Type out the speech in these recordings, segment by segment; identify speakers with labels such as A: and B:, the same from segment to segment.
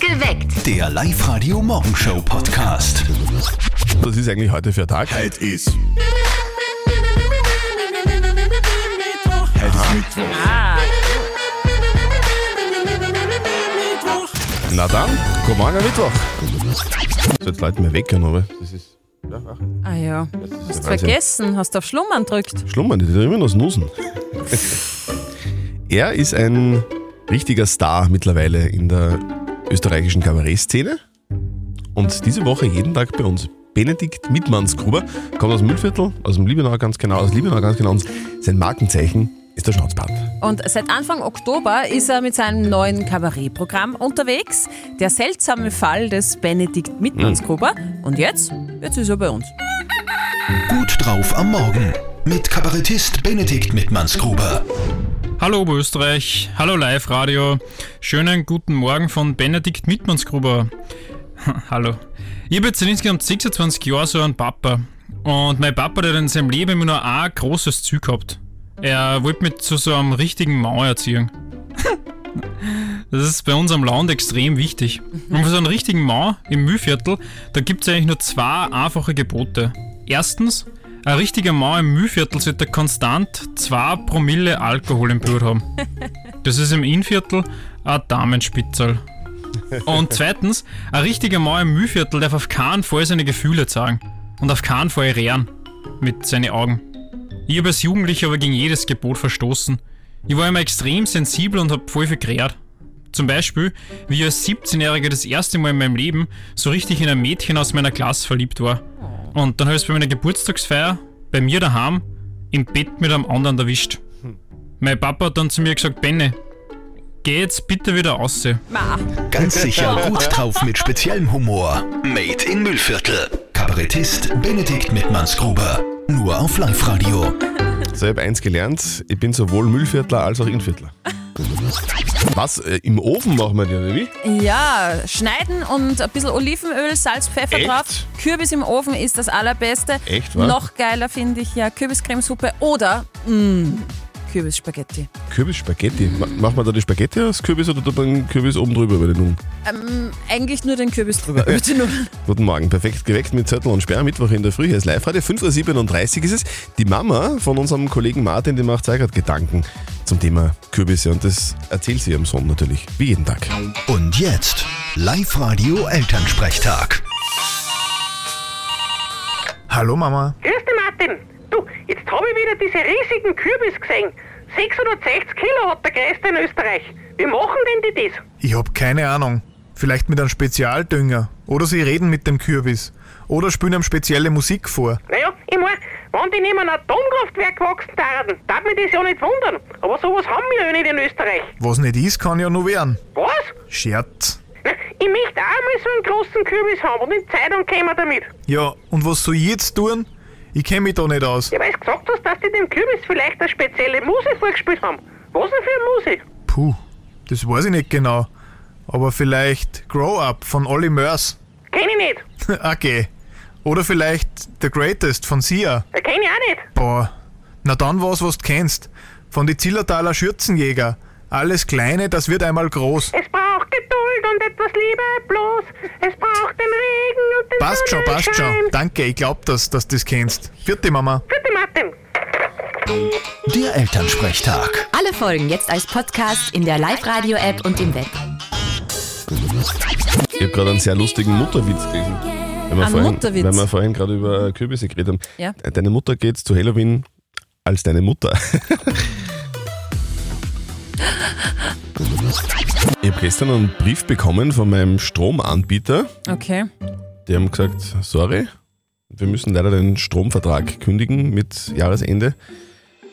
A: Geweckt.
B: Der Live-Radio Morgenshow Podcast.
C: Das ist eigentlich heute für ein Tag.
D: Heute ist. Heute ist Mittwoch.
C: Na dann, guten Morgen, Mittwoch. So, jetzt Leute mir weggehen, aber das ist. Ja, ach,
E: Ah ja, hast
C: Wahnsinn.
E: vergessen, hast auf Schlummern gedrückt.
C: schlummern, die sind immer noch snoosen. er ist ein richtiger Star mittlerweile in der österreichischen Kabarettszene. Und diese Woche jeden Tag bei uns. Benedikt Mittmannsgruber kommt aus dem Müllviertel, aus dem Liebenau ganz genau, aus Liebenau ganz genau. Und sein Markenzeichen ist der Schnauzbart.
E: Und seit Anfang Oktober ist er mit seinem neuen Kabarettprogramm unterwegs. Der seltsame Fall des Benedikt
C: Hm.
E: Mittmannsgruber. Und jetzt? Jetzt ist er bei uns.
B: Gut drauf am Morgen. Mit Kabarettist Benedikt Mittmannsgruber.
F: Hallo Oberösterreich, hallo Live-Radio, schönen guten Morgen von Benedikt Mittmannsgruber. hallo. Ich habe jetzt in insgesamt 26 Jahren so einen Papa. Und mein Papa der hat in seinem Leben immer nur ein großes Ziel gehabt. Er wollte mich zu so einem richtigen Mauer erziehen. Das ist bei uns am Land extrem wichtig. Und für so einen richtigen Mann im Mühlviertel, da gibt es eigentlich nur zwei einfache Gebote. Erstens, ein richtiger Mann im Mühlviertel sollte konstant 2 Promille Alkohol im Blut haben. Das ist im Innviertel ein Damenspitzel. Und zweitens, ein richtiger Mann im Mühlviertel darf auf keinen Fall seine Gefühle zeigen. Und auf keinen Fall rehren. Mit seinen Augen. Ich habe als Jugendlicher aber gegen jedes Gebot verstoßen. Ich war immer extrem sensibel und habe voll viel gerät. Zum Beispiel, wie ich als 17-Jähriger das erste Mal in meinem Leben so richtig in ein Mädchen aus meiner Klasse verliebt war. Und dann habe ich es bei meiner Geburtstagsfeier, bei mir daheim, im Bett mit einem anderen erwischt. Mein Papa hat dann zu mir gesagt, Benne, geh jetzt bitte wieder raus.
E: Ma,
B: Ganz sicher gut drauf mit speziellem Humor. Made in Müllviertel. Kabarettist Benedikt Mittmannsgruber. Nur auf Live-Radio.
C: So, ich habe eins gelernt, ich bin sowohl Müllviertler als auch Innviertler. Was? Äh, Im Ofen machen wir die, oder wie?
E: Ja, schneiden und ein bisschen Olivenöl, Salz, Pfeffer
C: Echt?
E: drauf. Kürbis im Ofen ist das allerbeste.
C: Echt, wa?
E: Noch geiler finde ich ja Kürbiscremesuppe oder mm, Kürbisspaghetti.
C: Kürbis-Spaghetti. Ma- Macht man da die Spaghetti aus Kürbis oder tut man den Kürbis oben drüber über den Nudeln?
E: Eigentlich nur den Kürbis drüber. über die Nudeln.
C: Guten Morgen, perfekt geweckt mit Zettel und Sperr, Mittwoch in der Früh, hier ist live heute, 5.37 Uhr ist es. Die Mama von unserem Kollegen Martin, die macht sich auch gerade Gedanken zum Thema Kürbisse und das erzählt sie ihrem Sohn natürlich, wie jeden Tag.
B: Und jetzt Live-Radio Elternsprechtag.
G: Hallo Mama.
H: Grüß dich, Martin. Du, jetzt habe ich wieder diese riesigen Kürbis gesehen. 660 Kilo hat der größte in Österreich. Wie machen denn die das?
G: Ich hab keine Ahnung. Vielleicht mit einem Spezialdünger. Oder sie reden mit dem Kürbis. Oder spielen ihm spezielle Musik vor.
H: Naja, ich mein, wenn die neben einem Atomkraftwerk wachsen würden, darf mich das ja nicht wundern. Aber sowas haben wir ja nicht in Österreich.
G: Was nicht ist, kann ja nur werden.
H: Was?
G: Scherz.
H: Na, ich möchte auch mal so einen großen Kürbis haben und in die Zeitung käme damit.
G: Ja, und was soll ich jetzt tun? Ich kenn mich da nicht aus.
H: Ja, weil du gesagt hast, dass die dem Kürbis vielleicht eine spezielle Musik vorgespielt haben. Was denn für eine Musik?
G: Puh, das weiß ich nicht genau. Aber vielleicht Grow Up von Olli Mörs.
H: Kenn ich nicht.
G: okay. Oder vielleicht The Greatest von Sia.
H: Ja, Kenn ich auch nicht.
G: Boah. Na dann was, was du kennst. Von die Zillertaler Schürzenjäger. Alles Kleine, das wird einmal groß.
H: Es braucht Geduld und etwas Liebe bloß. Es braucht den Regen und den
G: Passt schon, passt schon.
H: Sonnenschein.
G: Danke, ich glaub, dass, dass du das kennst. Vierte Mama.
H: Bitte, Martin.
B: Der Elternsprechtag.
I: Alle Folgen jetzt als Podcast in der Live-Radio-App und im Web.
C: Ich habe gerade einen sehr lustigen Mutterwitz gelesen. Wenn wir
E: Ein
C: vorhin,
E: Mutterwitz?
C: Wenn wir vorhin gerade über Kürbisse geredet haben.
E: Ja.
C: Deine Mutter geht zu Halloween als deine Mutter. ich habe gestern einen Brief bekommen von meinem Stromanbieter.
E: Okay.
C: Die haben gesagt, sorry, wir müssen leider den Stromvertrag kündigen mit Jahresende.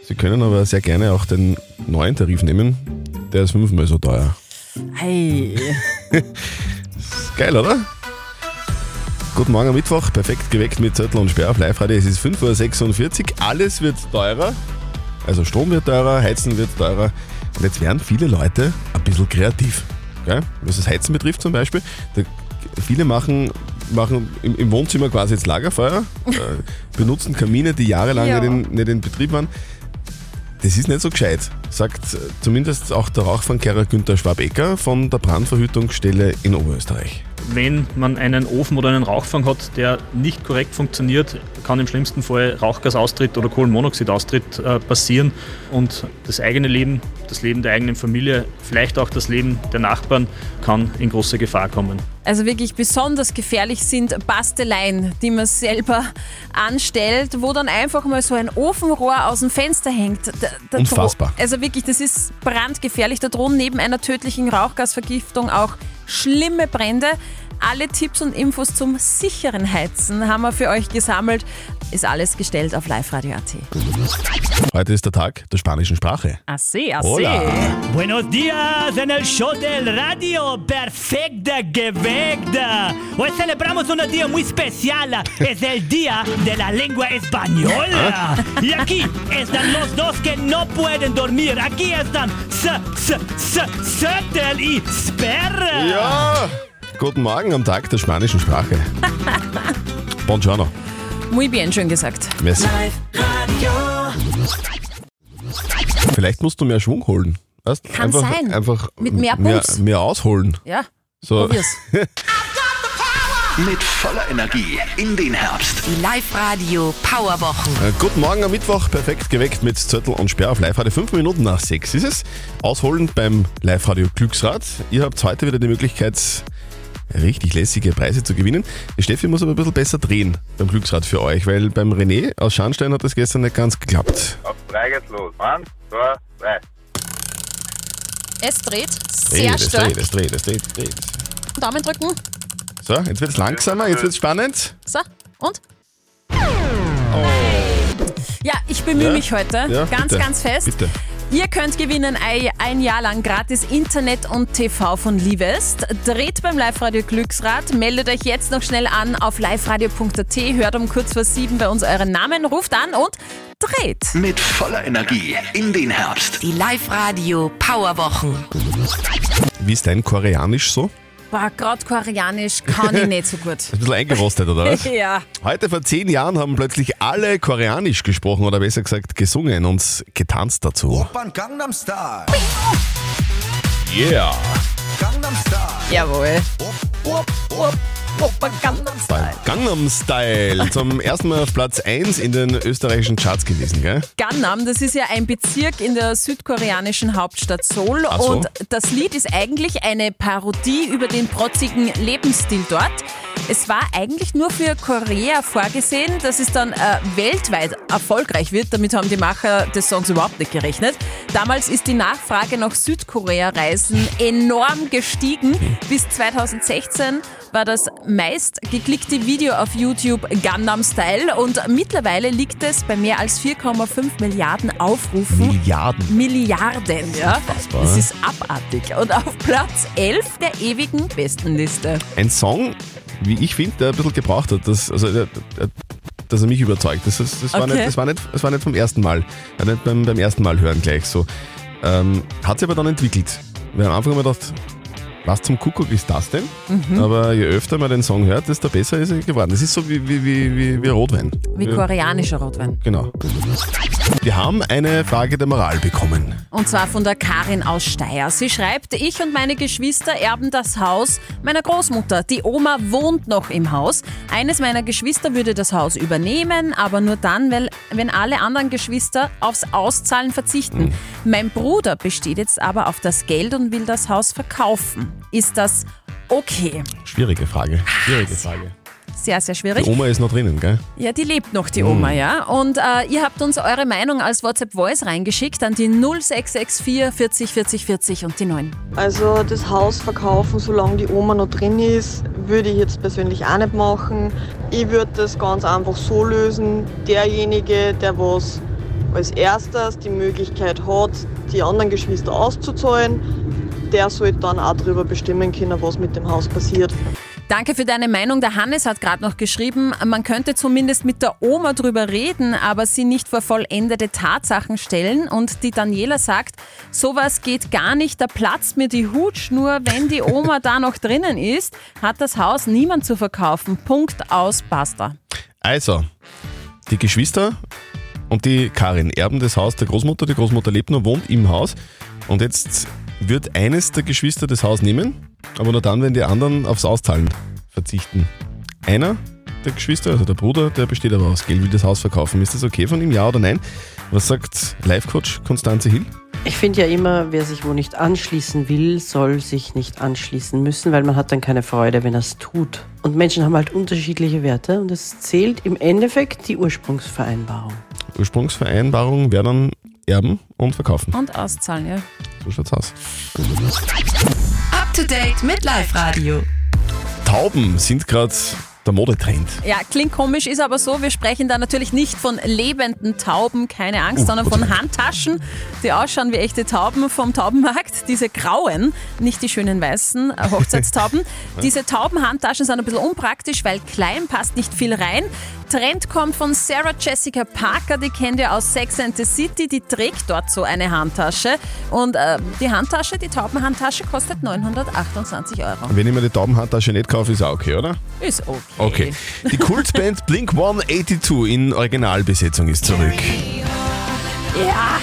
C: Sie können aber sehr gerne auch den neuen Tarif nehmen. Der ist fünfmal so teuer.
E: Ei.
C: Ist Geil, oder? Guten Morgen am Mittwoch, perfekt geweckt mit Zettel und Sperr auf live -Radio. Es ist 5.46 Uhr, alles wird teurer. Also Strom wird teurer, Heizen wird teurer. Und jetzt werden viele Leute ein bisschen kreativ. Gell? Was das Heizen betrifft zum Beispiel. Da, viele machen, machen im, im Wohnzimmer quasi jetzt Lagerfeuer, äh, benutzen Kamine, die jahrelang
E: Ja.
C: nicht, in, nicht in Betrieb waren. Das ist nicht so gescheit, sagt äh, zumindest auch der Rauchfangkehrer Günther Schwabecker von der Brandverhütungsstelle in Oberösterreich.
A: Wenn man einen Ofen oder einen Rauchfang hat, der nicht korrekt funktioniert, kann im schlimmsten Fall Rauchgasaustritt oder Kohlenmonoxidaustritt äh, passieren und das eigene Leben, das Leben der eigenen Familie, vielleicht auch das Leben der Nachbarn kann in große Gefahr kommen.
E: Also wirklich besonders gefährlich sind Basteleien, die man selber anstellt, wo dann einfach mal so ein Ofenrohr aus dem Fenster hängt. Da- da-
C: Unfassbar.
E: Also wirklich, das ist brandgefährlich. Da drohen neben einer tödlichen Rauchgasvergiftung auch schlimme Brände. Alle Tipps und Infos zum sicheren Heizen haben wir für euch gesammelt. Ist alles gestellt auf liveradio.at.
C: Heute ist der Tag der spanischen Sprache.
E: Asse,
C: Hola.
E: asse.
A: Buenos días en el show del radio, perfecta gewegda. Hoy celebramos un día muy especial, es el día de la lengua española. Y aquí están los dos que no pueden dormir. Aquí están S, S, S, Sötel y Sperra.
C: Ja! Guten Morgen am Tag der spanischen Sprache. Buongiorno.
E: Muy bien, schön gesagt.
C: Merci. Vielleicht musst du mehr Schwung holen. Weißt?
E: Kann
C: einfach,
E: sein.
C: Einfach
E: Mit mehr
C: mehr,
E: Pumps.
C: mehr ausholen.
E: Ja,
C: So.
E: probier's.
B: Mit voller Energie in den Herbst.
I: Die Live-Radio Powerwochen.
C: Äh, Guten Morgen am Mittwoch, perfekt geweckt mit Zettel und Sperr auf Live-Radio. Fünf Minuten nach sechs ist es. Ausholend beim Live-Radio Glücksrad. Ihr habt heute wieder die Möglichkeit, richtig lässige Preise zu gewinnen. Die Steffi muss aber ein bisschen besser drehen beim Glücksrad für euch, weil beim René aus Scharnstein hat das gestern nicht ganz geklappt.
J: Auf drei geht's los. Eins, zwei, drei.
E: Es dreht sehr
C: Dreht, es
E: stark.
C: dreht, es dreht, es dreht, es dreht.
E: Daumen drücken.
C: So, jetzt wird's langsamer, jetzt wird's spannend.
E: So, und? Ja, ich bemühe
C: Oh. Ja,
E: mich heute
C: ja,
E: ganz,
C: bitte,
E: ganz fest.
C: bitte.
E: Ihr könnt gewinnen ei- ein Jahr lang gratis Internet und TV von Livest. Dreht beim Live-Radio Glücksrad, meldet euch jetzt noch schnell an auf liveradio.at, hört um kurz vor sieben bei uns euren Namen, ruft an und dreht.
B: Mit voller Energie in den Herbst.
I: Die Live-Radio Powerwochen.
C: Wie ist dein Koreanisch so?
E: Boah, gerade koreanisch kann ich nicht so gut.
C: Ist ein bisschen eingerostet, oder was?
E: Ja.
C: Heute vor zehn Jahren haben plötzlich alle Koreanisch gesprochen oder besser gesagt gesungen und getanzt dazu.
D: Gangnam Style,
C: Yeah!
D: Gangnam Style.
E: Jawohl.
C: Beim Gangnam Style zum ersten Mal auf Platz 1 in den österreichischen Charts gewesen, gell?
E: Gangnam, das ist ja ein Bezirk in der südkoreanischen Hauptstadt Seoul
C: Ach so.
E: und das Lied ist eigentlich eine Parodie über den protzigen Lebensstil dort. Es war eigentlich nur für Korea vorgesehen, dass es dann äh, weltweit erfolgreich wird. Damit haben die Macher des Songs überhaupt nicht gerechnet. Damals ist die Nachfrage nach Südkorea-Reisen enorm gestiegen. Bis 2016 war das meist geklickte Video auf YouTube Gundam Style und mittlerweile liegt es bei mehr als 4,5 Milliarden Aufrufen.
C: Milliarden.
E: Milliarden, ja.
C: unfassbar,
E: Das
C: ne?
E: ist abartig. Und auf Platz 11 der ewigen Bestenliste.
C: Ein Song, wie ich finde, der ein bisschen gebraucht hat, dass, also, der- der- dass er mich überzeugt. Das, ist- das, war
E: Okay.
C: nicht, das, war nicht, das war nicht vom ersten Mal. Ja, Nicht beim, beim ersten Mal hören gleich so. Ähm, hat sich aber dann entwickelt. Wir haben am Anfang immer gedacht, was zum Kuckuck ist das denn?
E: Mhm.
C: Aber je öfter man den Song hört, desto besser ist er geworden. Das ist so wie, wie, wie, wie, wie Rotwein.
E: Wie
C: Ja,
E: koreanischer Rotwein.
C: Genau. Wir haben eine Frage der Moral bekommen.
E: Und zwar von der Karin aus Steyr. Sie schreibt, ich und meine Geschwister erben das Haus meiner Großmutter. Die Oma wohnt noch im Haus. Eines meiner Geschwister würde das Haus übernehmen, aber nur dann, weil, wenn alle anderen Geschwister aufs Auszahlen
C: Hm.
E: verzichten. Mein Bruder besteht jetzt aber auf das Geld und will das Haus verkaufen. Ist das okay?
C: Schwierige Frage. Schwierige Frage.
E: Sehr, sehr schwierig.
C: Die Oma ist noch drinnen, gell?
E: Ja, die lebt noch, die Oma, ja. Und äh, ihr habt uns eure Meinung als WhatsApp-Voice reingeschickt an die 0664 40 40 40 und die 9.
J: Also das Haus verkaufen, solange die Oma noch drin ist, würde ich jetzt persönlich auch nicht machen. Ich würde das ganz einfach so lösen. Derjenige, der was als erstes die Möglichkeit hat, die anderen Geschwister auszuzahlen, der sollte dann auch darüber bestimmen können, was mit dem Haus passiert.
E: Danke für deine Meinung. Der Hannes hat gerade noch geschrieben, man könnte zumindest mit der Oma drüber reden, aber sie nicht vor vollendete Tatsachen stellen. Und die Daniela sagt, sowas geht gar nicht, da platzt mir die Hutschnur, wenn die Oma da noch drinnen ist, hat das Haus niemand zu verkaufen. Punkt aus, basta.
C: Also, die Geschwister und die Karin erben das Haus der Großmutter. Die Großmutter lebt noch, wohnt im Haus. Und jetzt wird eines der Geschwister das Haus nehmen, aber nur dann, wenn die anderen aufs Austeilen verzichten. Einer der Geschwister, also der Bruder, der besteht aber aus Geld, will das Haus verkaufen. Ist das okay von ihm, ja oder nein? Was sagt Life-Coach Konstanze Hill?
K: Ich finde ja immer, wer sich wo nicht anschließen will, soll sich nicht anschließen müssen, weil man hat dann keine Freude, wenn er es tut. Und Menschen haben halt unterschiedliche Werte und es zählt im Endeffekt die Ursprungsvereinbarung.
C: Ursprungsvereinbarung wäre dann erben und verkaufen.
E: Und auszahlen, ja.
C: So schaut's aus.
I: Up to date mit Live Radio.
C: Tauben sind gerade der Modetrend.
E: Ja, klingt komisch, ist aber so. Wir sprechen da natürlich nicht von lebenden Tauben, keine Angst,
C: Uh,
E: sondern
C: Gott sei
E: von Handtaschen, die ausschauen wie echte Tauben vom Taubenmarkt. Diese grauen, nicht die schönen weißen äh, Hochzeitstauben. Diese Taubenhandtaschen sind ein bisschen unpraktisch, weil klein passt nicht viel rein. Trend kommt von Sarah Jessica Parker, die kennt ihr aus Sex and the City, die trägt dort so eine Handtasche. Und äh, die Handtasche, die Taubenhandtasche, kostet 928 Euro.
C: Wenn ich mir die Taubenhandtasche nicht kaufe, ist auch okay, oder?
E: Ist okay.
C: Okay. Die Kultband Blink 182 in Originalbesetzung ist zurück.
E: Ja,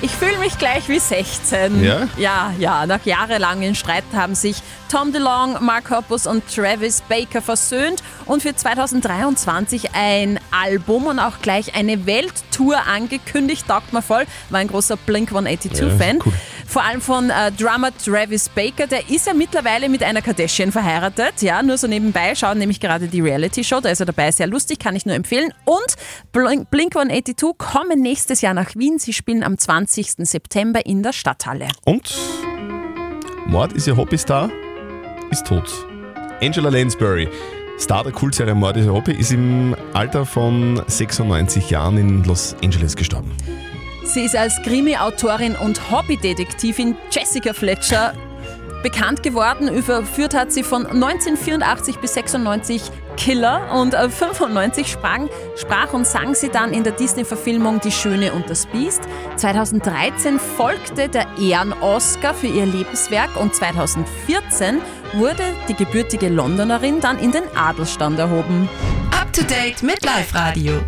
E: ich fühle mich gleich wie 16.
C: Ja?
E: Ja, ja. Nach jahrelangem Streit haben sich Tom DeLong, Mark Hoppus und Travis Baker versöhnt und für 2023 ein Album und auch gleich eine Welttour angekündigt. Taugt mir voll. War ein großer Blink 182-Fan.
C: Ja, cool.
E: Vor allem von äh, Drummer Travis Baker. Der ist ja mittlerweile mit einer Kardashian verheiratet. Ja, nur so nebenbei schauen nämlich gerade die Reality-Show. Da ist er dabei. Sehr lustig, kann ich nur empfehlen. Und Blink- Blink-182 kommen nächstes Jahr nach Wien. Sie spielen am 20. September in der Stadthalle.
C: Und Mord ist ihr Hobbystar, ist tot. Angela Lansbury, Star der Kultserie Mord ist ihr Hobby, ist im Alter von 96 Jahren in Los Angeles gestorben.
E: Sie ist als Krimi-Autorin und Hobbydetektivin Jessica Fletcher bekannt geworden. Überführt hat sie von 1984 bis 96 Killer und äh, 95 sprang, sprach und sang sie dann in der Disney-Verfilmung Die Schöne und das Biest. 2013 folgte der Ehren-Oscar für ihr Lebenswerk und 2014 wurde die gebürtige Londonerin dann in den Adelstand erhoben.
I: Up to date mit Live Radio.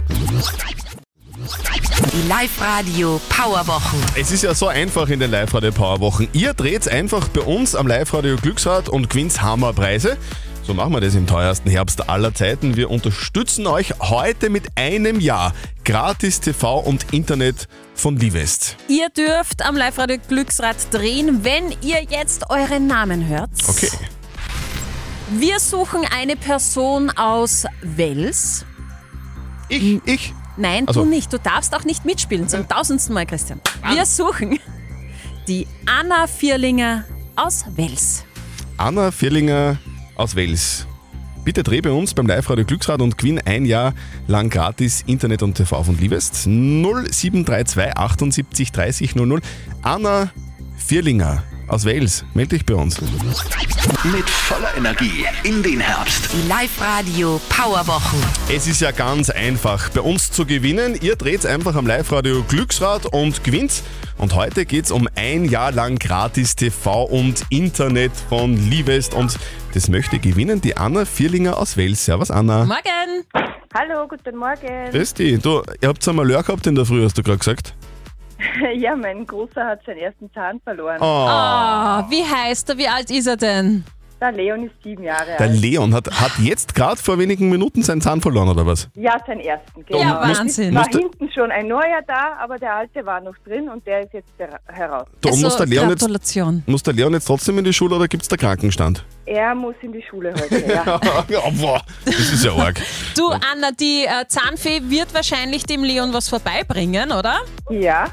I: Die Live Radio Powerwochen.
C: Es ist ja so einfach in den Live-Radio Power-Wochen. Ihr dreht einfach bei uns am Live-Radio Glücksrad und gewinnt Hammerpreise. So machen wir das im teuersten Herbst aller Zeiten. Wir unterstützen euch heute mit einem Jahr gratis TV und Internet von Livest.
E: Ihr dürft am Live-Radio Glücksrad drehen, wenn ihr jetzt euren Namen hört.
C: Okay.
E: Wir suchen eine Person aus Wels.
C: Ich, ich.
E: Nein,
C: Also-
E: du nicht. Du darfst auch nicht mitspielen. Zum tausendsten Mal, Christian. Wir suchen die Anna Vierlinger aus Wels.
C: Anna Vierlinger aus Wels. Bitte dreh bei uns beim Live-Radio Glücksrad und gewinn ein Jahr lang gratis Internet und TV von Livest 0732 78 30 00. Anna Vierlinger aus Wales, melde dich bei uns.
B: Mit voller Energie in den Herbst.
I: Die Live Radio Powerwochen.
C: Es ist ja ganz einfach, bei uns zu gewinnen. Ihr dreht einfach am Live-Radio Glücksrad und gewinnt. Und heute geht es um ein Jahr lang gratis TV und Internet von Livest. Und das möchte gewinnen die Anna Vierlinger aus Wels. Servus, Anna.
E: Morgen!
L: Hallo, guten Morgen.
C: Grüß dich. Du, ihr habt einmal Lör gehabt in der Früh, hast du gerade gesagt.
L: Ja, mein Großer hat seinen ersten Zahn verloren.
E: Ah, wie heißt er? Wie alt ist er denn?
L: Der Leon ist sieben Jahre
C: Der
L: alt.
C: Leon hat, hat jetzt gerade vor wenigen Minuten seinen Zahn verloren, oder was?
L: Ja, seinen ersten. Genau.
E: Ja, Wahnsinn.
L: War
C: musst du-
L: hinten schon ein neuer da, aber der alte war noch drin und der ist jetzt der- heraus.
C: Du,
E: Also,
C: muss, der Leon jetzt,
E: Gratulation.
C: muss der Leon jetzt trotzdem in die Schule oder gibt es da Krankenstand?
L: Er muss in die Schule heute. Ja.
C: ja, boah, das ist ja arg.
E: Du, Anna, die äh, Zahnfee wird wahrscheinlich dem Leon was vorbeibringen, oder?
L: ja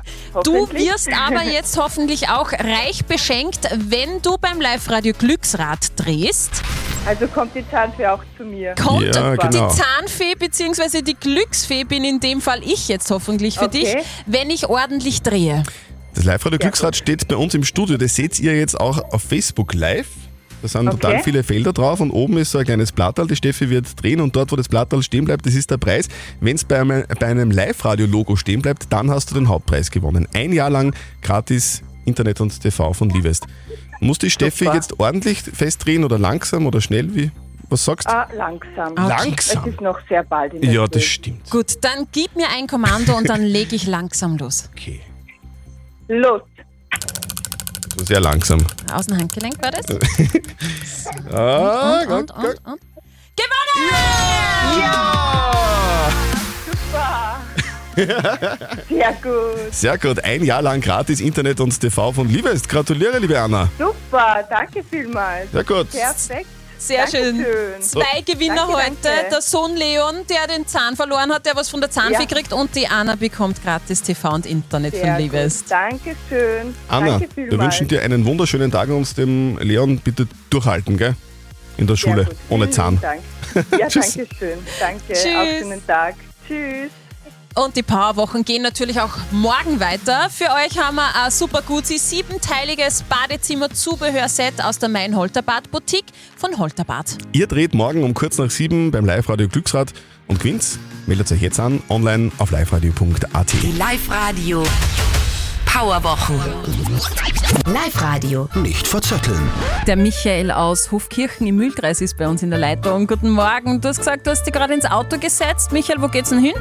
E: Du
L: hoffentlich.
E: wirst aber jetzt hoffentlich auch reich beschenkt, wenn du beim Live-Radio Glücksrad drehst.
L: Also kommt die Zahnfee auch zu mir.
E: Kommt
C: Ja, genau.
E: die Zahnfee bzw. die Glücksfee bin in dem Fall ich jetzt hoffentlich für
L: Okay.
E: dich, wenn ich ordentlich drehe.
C: Das Live-Radio Glücksrad steht bei uns im Studio. Das seht ihr jetzt auch auf Facebook live. Da sind
L: Okay.
C: total viele Felder drauf und oben ist so ein kleines Blattal. Die Steffi wird drehen und dort, wo das Blattal stehen bleibt, das ist der Preis. Wenn es bei einem, bei einem Live-Radio-Logo stehen bleibt, dann hast du den Hauptpreis gewonnen. Ein Jahr lang gratis Internet und TV von Livest. Muss die Steffi jetzt ordentlich festdrehen oder langsam oder schnell? Wie, Was sagst du?
L: Ah, langsam.
C: Okay. Langsam?
L: Es ist noch sehr bald in der
C: Ja, das
L: Früh.
C: stimmt.
E: Gut, dann gib mir ein Kommando und dann lege ich langsam los.
C: Okay.
L: Los.
C: Das war sehr langsam.
E: Außenhandgelenk war das?
C: Ah,
E: und, und,
C: gut,
E: und,
C: gut.
E: und,
C: Ah,
E: Gewonnen!
C: Ja!
L: Super. Sehr gut.
C: Sehr gut, ein Jahr lang gratis Internet und TV von Liebest. Gratuliere, liebe Anna.
L: Super. Danke vielmals.
C: Sehr gut.
L: Perfekt.
E: Sehr schön.
L: Dankeschön.
E: Zwei Gewinner
L: Danke,
E: heute.
L: danke.
E: Der Sohn Leon, der den Zahn verloren hat, der was von der Zahnfee
L: Ja.
E: kriegt und die Anna bekommt gratis TV und Internet
L: Sehr
E: von Liebes.
L: gut. Dankeschön.
C: Anna,
L: Danke
C: wir
L: vielmals.
C: wünschen dir einen wunderschönen Tag und dem Leon bitte durchhalten, gell? In der
L: Sehr
C: Schule,
L: gut.
C: ohne
L: Vielen
C: Zahn.
L: Dank. Ja,
C: Tschüss.
L: danke schön. Danke.
E: Tschüss.
L: Auf schönen Tag. Tschüss.
E: Und die Powerwochen gehen natürlich auch morgen weiter. Für euch haben wir ein super gutes siebenteiliges Badezimmer-Zubehörset aus der Main Holterbad Boutique von Holterbad.
C: Ihr dreht morgen um kurz nach sieben beim Live-Radio Glücksrad und gewinnt. Meldet euch jetzt an, online auf liveradio.at.
I: Die Live-Radio Powerwochen. Live-Radio.
B: Nicht verzetteln.
E: Der Michael aus Hofkirchen im Mühlkreis ist bei uns in der Leitung. Guten Morgen. Du hast gesagt, du hast dich gerade ins Auto gesetzt. Michael, wo geht's denn hin?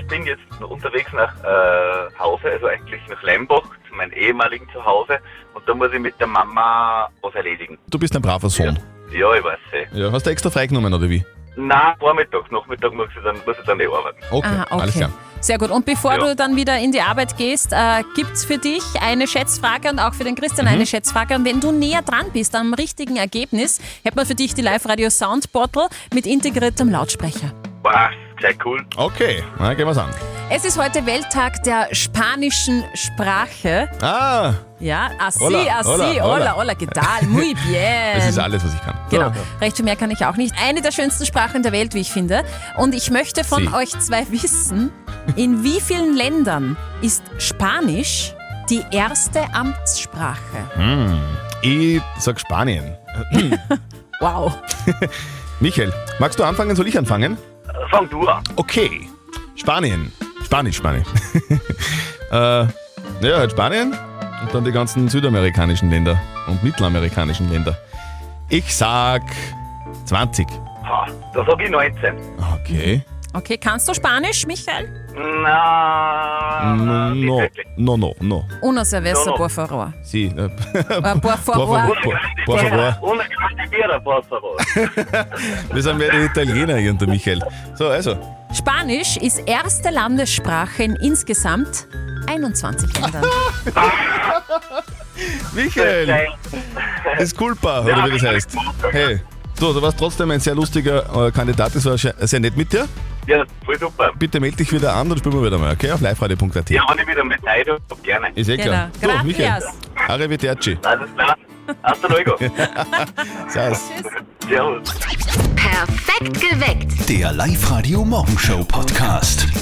M: Ich bin jetzt unterwegs nach äh, Hause, also eigentlich nach Lembach, zu meinem ehemaligen Zuhause. Und ah, da muss ich mit der Mama was erledigen.
C: Du bist ein braver Sohn.
M: Ja, ich weiß eh.
C: Ja, hast du extra freigenommen, oder wie?
M: Nein, Vormittag, Nachmittag muss ich dann, muss ich dann nicht arbeiten.
C: Ah, Okay,
L: Ah,
C: alles klar.
E: Sehr gut. Und bevor
M: Ja.
E: du dann wieder in die Arbeit gehst, äh, gibt es für dich eine Schätzfrage und auch für den Christian
M: Mhm.
E: eine Schätzfrage. Und wenn du näher dran bist am richtigen Ergebnis, hätte man für dich die Live-Radio Sound Bottle mit integriertem Lautsprecher.
M: Boah, sehr cool.
C: Okay, na, gehen wir's an.
E: Es ist heute Welttag der spanischen Sprache.
C: Ah!
E: Ja, así,
C: Hola, hola,
E: así, hola, hola,
C: hola.
E: ¿qué tal? Muy bien.
L: Ähm.
C: Das ist alles, was ich kann.
E: Genau. Recht viel mehr kann ich auch nicht. Eine der schönsten Sprachen der Welt, wie ich finde. Und ich möchte von
C: Sie.
E: euch zwei wissen, in wie vielen Ländern ist Spanisch die erste Amtssprache?
C: Hm. Ich sag Spanien.
E: Wow.
C: Michael, magst du anfangen? Soll ich anfangen?
M: Fang du an.
C: Okay. Spanien. Spanisch, Spanien. äh, ja, halt Spanien und dann die ganzen südamerikanischen Länder und mittelamerikanischen Länder. Ich sag 20.
M: Ha, da sag ich 19.
C: Okay.
E: Okay, kannst du Spanisch, Michael?
M: Na, Ah,
C: No, no, no, no. no.
E: Una cerveza,
M: No, no.
E: por favor.
C: Si. Äh,
E: Äh, por
C: por favor,
E: favor.
C: por, por favor.
M: Ohne Bier, passt aber.
C: Wir sind mehr die Italiener hier unter Michael. So, also.
E: Spanisch ist erste Landessprache in insgesamt 21 Ländern.
C: Michael! Ist culpa, oder wie das heißt. Hey, du, du warst trotzdem ein sehr lustiger äh, Kandidat, das war sche- sehr nett mit dir.
M: Ja, voll super.
C: Bitte melde dich wieder an, dann spielen wir wieder mal, okay? Auf liveradio.at.
M: Ja, wenn ich wieder mit Zeit hab, gerne.
C: Ist eh klar.
M: Genau.
C: Du, Michael,
M: Gracias.
C: arrivederci.
M: Alles klar. Hasta luego.
C: Servus.
M: Servus.
I: Perfekt geweckt.
B: Der Live-Radio Morgenshow Podcast.